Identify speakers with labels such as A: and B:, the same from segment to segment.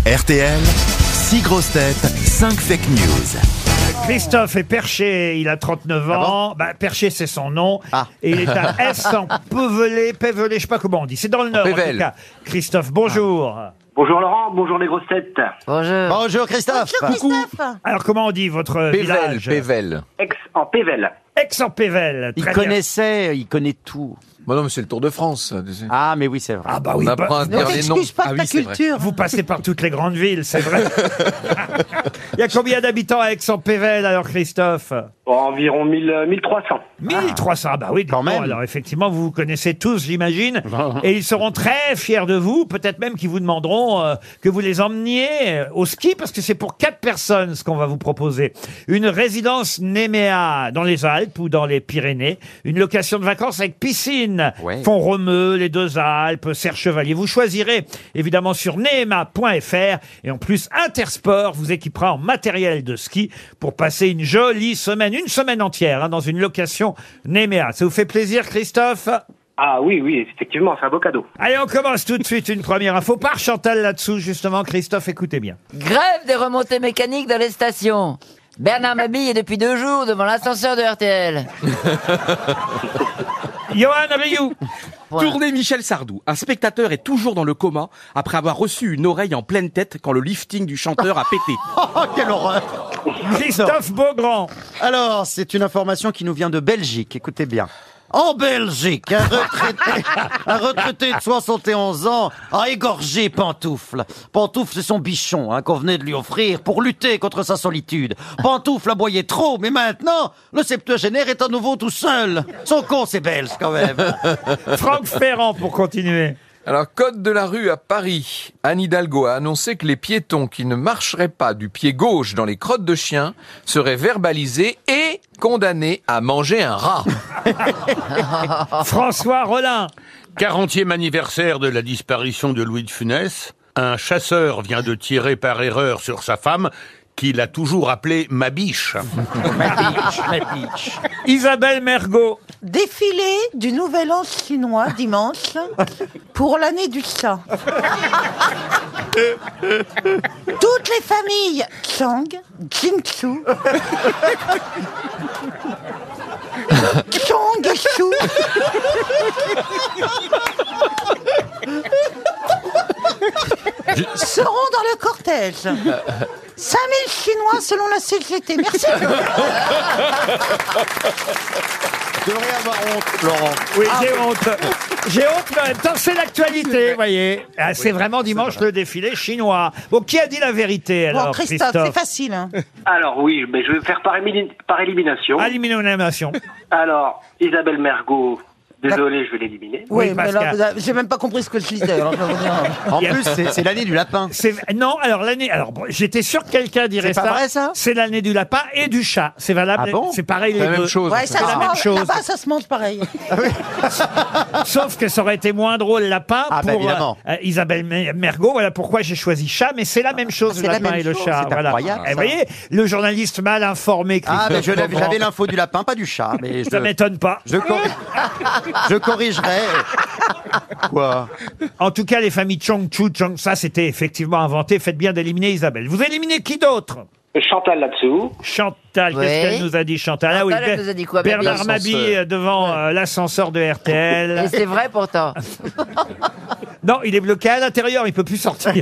A: RTL, 6 grosses têtes, 5 fake news.
B: Christophe est perché, il a 39
C: Ah
B: ans. bah, perché, c'est son nom. Et il est à S en Pevelé, Pévelé, je sais pas comment on dit. C'est dans le Nord, en
D: Pével.
B: tout cas. Christophe, bonjour.
C: Ah.
D: Bonjour Laurent, bonjour les grosses têtes. Bonjour.
B: Bonjour, Christophe. Bonjour, Christophe. Alors, comment on dit votre
C: Pével,
B: village
C: Pével.
D: Ex en Pével.
B: Ex en Pével.
C: Il
B: très bien.
C: connaissait, il connaît tout. Bah non, mais c'est le Tour de France. Ah, mais oui, c'est vrai. Ah
B: bah oui,
C: On
B: bah-
C: apprend à dire les noms. Ah oui, c'est vrai.
B: Vous passez par toutes les grandes villes, c'est vrai. Il y a combien d'habitants à Aix-en-Pével alors, Christophe
D: Environ euh, 1000, 1300.
B: 1300, ah bah oui, quand même. Alors effectivement, vous vous connaissez tous, j'imagine, et ils seront très fiers de vous. Peut-être même qu'ils vous demanderont euh, que vous les emmeniez euh, au ski, parce que c'est pour quatre personnes ce qu'on va vous proposer. Une résidence Néméa dans les Alpes ou dans les Pyrénées, une location de vacances avec piscine, Font Romeu, les Deux Alpes, Serre Chevalier. Vous choisirez évidemment sur néma.fr et en plus Intersport vous équipera en matériel de ski pour passer une jolie semaine, une semaine entière hein, dans une location Néméa. Ça vous fait plaisir Christophe
D: Ah oui, oui, effectivement, c'est un beau cadeau.
B: Allez, on commence tout de suite une première info par Chantal là-dessous justement Christophe, écoutez bien.
E: Grève des remontées mécaniques dans les stations. Bernard Mabille est depuis deux jours devant l'ascenseur de RTL.
B: Johan Abriou
F: Tournez Michel Sardou. Un spectateur est toujours dans le coma après avoir reçu une oreille en pleine tête quand le lifting du chanteur a pété.
G: Oh, quelle horreur
B: Christophe Beaugrand
G: Alors, c'est une information qui nous vient de Belgique, écoutez bien. En Belgique, un retraité, un retraité de 71 ans a égorgé Pantoufle. Pantoufle, c'est son bichon hein, qu'on venait de lui offrir pour lutter contre sa solitude. Pantoufle aboyait trop, mais maintenant, le septuagénaire est à nouveau tout seul. Son con, c'est belge quand même.
B: Franck Ferrand pour continuer.
C: Alors, Code de la rue à Paris, Anne Hidalgo a annoncé que les piétons qui ne marcheraient pas du pied gauche dans les crottes de chien seraient verbalisés et condamnés à manger un rat.
B: François Rollin
H: 40e anniversaire de la disparition de Louis de Funès, un chasseur vient de tirer par erreur sur sa femme, qu'il a toujours appelée ma biche.
B: Isabelle Mergot
I: Défilé du Nouvel An chinois dimanche pour l'année du chat. Toutes les familles Chang, Jingsu, Chang Shu, seront dans le cortège. 5000 Chinois selon la CGT. Merci.
G: devrais avoir honte, Laurent.
B: Oui, j'ai honte. J'ai honte, mais en même temps, c'est l'actualité, vous voyez. Ah, c'est vraiment dimanche le défilé chinois. Bon, qui a dit la vérité alors,
I: Bon, Christophe, c'est
B: Christophe
I: facile. hein.
D: Alors oui, mais je vais faire par, émini- par élimination.
B: Éliminez une animation.
D: Alors, Isabelle Mergot, désolé, je vais l'éliminer.
B: Oui,
I: Oui,
B: parce
I: mais là,
B: que-
I: vous avez- j'ai même pas compris ce que je disais. alors je vais vous dire.
G: En plus, c'est c'est l'année du lapin.
B: C'est- Non, alors l'année. Alors, bon, j'étais sûr que quelqu'un dirait
G: C'est pas
B: ça.
G: vrai, ça
B: C'est l'année du lapin et du chat. C'est valable.
G: Ah bon
B: c'est pareil les
C: C'est la
B: deux.
C: même chose.
I: Ouais, ça
B: la
I: se
B: même
I: mange.
B: chose.
I: Là-bas, ça se mange pareil.
B: Sauf que ça aurait été moins drôle lapin
G: Ah, bah,
B: pour
G: évidemment.
B: euh, euh, Isabelle Mer- Mergot. Voilà pourquoi j'ai choisi chat, mais c'est la même chose
I: c'est
B: le
I: la
B: lapin
I: même
B: et le
I: chose,
B: chat.
G: c'est
B: Voilà.
G: incroyable,
B: Et
G: ça.
B: vous voyez, le journaliste mal informé.
G: Ah,
B: Christophe
G: mais je l'avais
B: Beaugrand.
G: j'avais l'info du lapin, pas du chat. Mais je,
B: Ça m'étonne pas.
G: je, corri- je corrigerai. Quoi
B: En tout cas, les familles Chong Chu, Chong Sa, c'était effectivement inventé. Faites bien d'éliminer Isabelle. Vous éliminez qui d'autre
D: Chantal là-dessous.
B: Chantal,
E: Oui.
B: qu'est-ce qu'elle nous a dit, Chantal Ah oui,
E: Chantal, elle
B: Ber-
E: nous a dit quoi,
B: Bernard
E: Bernard
B: Mabille euh, devant euh, l'ascenseur de RTL.
E: Et c'est vrai pourtant.
B: non, il est bloqué à l'intérieur, il peut plus sortir.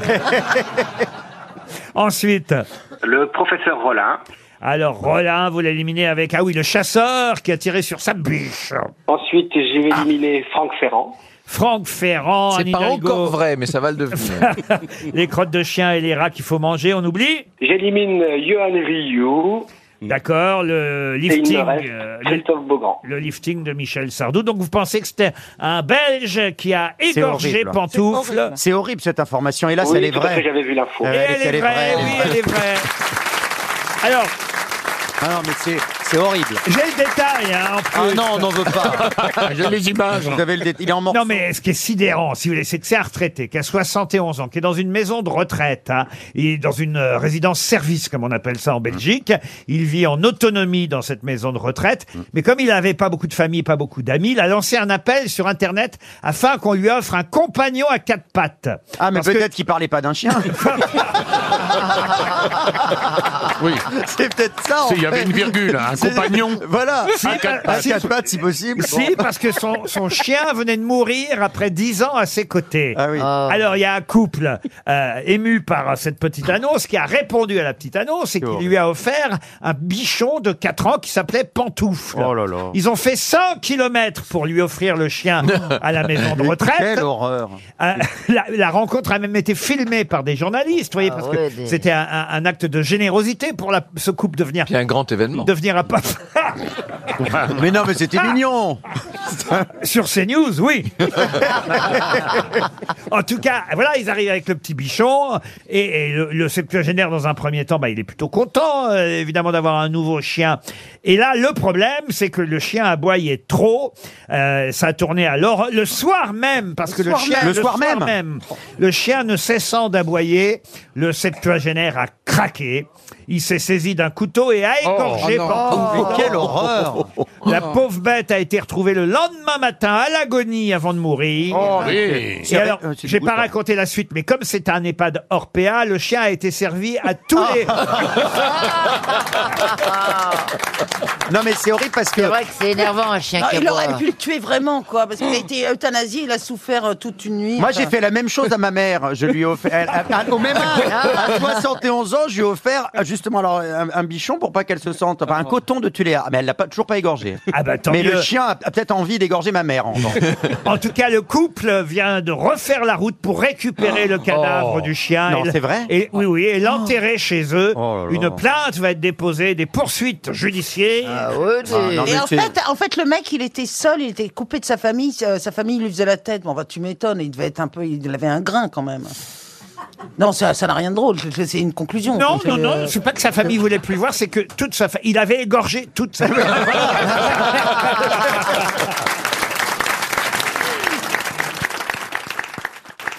B: Ensuite,
D: Le professeur Rollin.
B: alors Rollin, vous l'éliminez avec, ah oui, le chasseur qui a tiré sur sa bûche.
D: Ensuite, je vais éliminer Franck Ferrand.
B: Franck Ferrand, Anne
C: C'est pas
B: Hidalgo.
C: encore vrai, mais ça va le devenir.
B: les crottes de chien et les rats qu'il faut manger, on oublie
D: J'élimine euh, Johan Rioux.
C: Mm.
B: D'accord, le
D: Et il
B: lifting,
D: me reste
B: euh, le-
D: Christophe Beaugrand.
B: le lifting de Michel Sardou. Donc vous pensez que c'était un Belge qui a
G: C'est
B: égorgé
G: horrible.
I: C'est
B: Pantoufle.
I: horrible.
G: C'est horrible cette information. Hélas,
D: oui,
G: Ah, elle est
D: tout à fait,
G: vraie.
D: j'avais vu l'info.
B: Et
G: Euh,
B: elle, est vraie, oui, elle est vraie. Alors,
G: Ah non, mais c'est, c'est horrible.
B: J'ai le détail, hein, en
G: Ah
B: plus.
G: non, on n'en veut pas.
H: J'ai les images.
G: Vous avez le dé- Il est en morceaux.
B: Non, mais ce qui est sidérant, si vous voulez, c'est que c'est un retraité qui a 71 ans, qui est dans une maison de retraite, hein, et dans une euh, résidence service, comme on appelle ça en Belgique. Il vit en autonomie dans cette maison de retraite. Mais comme il n'avait pas beaucoup de famille, pas beaucoup d'amis, il a lancé un appel sur Internet afin qu'on lui offre un compagnon à quatre pattes.
G: Ah, mais
B: Parce que-
G: peut-être qu'il parlait pas d'un chien.
H: Oui.
G: C'est peut-être ça, en
H: C'est- Il y avait
G: fait.
H: une virgule, un
G: C'est-
H: compagnon.
G: Voilà.
B: Si,
G: À
B: pas-
G: quatre pattes,
B: si,
G: quatre pattes, si possible.
B: Si, parce que son, son chien venait de mourir après 10 ans à ses côtés.
G: Ah oui.
E: Ah.
B: Alors, il y a un couple euh, ému par euh, cette petite annonce qui a répondu à la petite annonce et qui lui a offert un bichon de 4 ans qui s'appelait Pantoufle.
G: Oh là là.
B: Ils ont fait 100 kilomètres pour lui offrir le chien à la maison de retraite.
G: Quelle horreur.
B: Euh, la, la rencontre a même été filmée par des journalistes, vous voyez,
E: Ah
B: parce
E: ouais,
B: que
E: des-
B: c'était un, un- un acte de générosité pour la- ce couple de venir,
C: Puis un grand événement.
B: de venir à pas.
G: Mais non, mais c'était mignon.
B: Sur CNews, oui. en tout cas, voilà, ils arrivent avec le petit bichon. Et, et le, le septuagénaire, dans un premier temps, bah, il est plutôt content, euh, évidemment, d'avoir un nouveau chien. Et là, le problème, c'est que le chien aboyait trop. Euh, ça a tourné à l'horreur. Le soir même, parce que le
G: soir
B: chien...
G: même. Le soir même.
B: Le chien ne cessant d'aboyer, le septuagénaire a craqué. Il s'est saisi d'un couteau et a
G: Oh,
B: égorgé
F: non.
B: Pantoufle.
G: Mais quelle horreur.
H: Oh.
B: La pauvre bête a été retrouvée le lendemain matin à l'agonie avant de mourir.
H: Oh, oui.
B: Et alors,
G: Euh, Ah, c'est
B: j'ai
G: du
B: pas
G: goût,
B: raconté la suite, mais comme c'est un EHPAD Orpea, le chien a été servi à tous les.
G: Ah. Non, mais c'est horrible parce que.
E: C'est vrai que c'est énervant un chien
I: Ah,
E: qui
I: il aurait
E: aboie.
I: pu le tuer vraiment, quoi, parce qu'il a été euthanasié, il a souffert euh, toute une nuit.
G: Moi,
I: enfin.
G: j'ai fait la même chose à ma mère. Je lui ai offert, elle- à- à- au même âge,
E: Ah.
G: à 71 ans, je lui ai offert justement alors un, un bichon pour pas qu'elle se sente, enfin un coton de tuléa. Mais elle l'a pas toujours pas égorgé.
B: Ah bah tant
G: Mais
B: mieux.
G: le chien a, a peut-être envie d'égorger ma mère. En revanche.
B: En tout cas, le couple vient de refaire la route pour récupérer le cadavre du chien.
G: Oh. Non,
B: Et-
G: c'est vrai
B: Et oui, oui, et l'enterrer chez eux.
G: Oh là là.
B: Une plainte va être déposée, des poursuites judiciaires.
E: Ah ouais, des-
G: non,
I: Et
G: mais
I: en
G: c'est-
I: fait, en fait, le mec, il était seul, il était coupé de sa famille. euh, Sa famille lui faisait la tête. Bon, bah, tu m'étonnes, il devait être un peu, il avait un grain quand même. Non, ça, ça n'a rien de drôle. je- je- C'est une
G: Ah.
I: conclusion.
G: Oh,
B: Non,
I: Je- euh,
B: non, non, c'est pas que sa famille voulait plus le voir, c'est que toute sa famille. Il avait égorgé toute sa famille.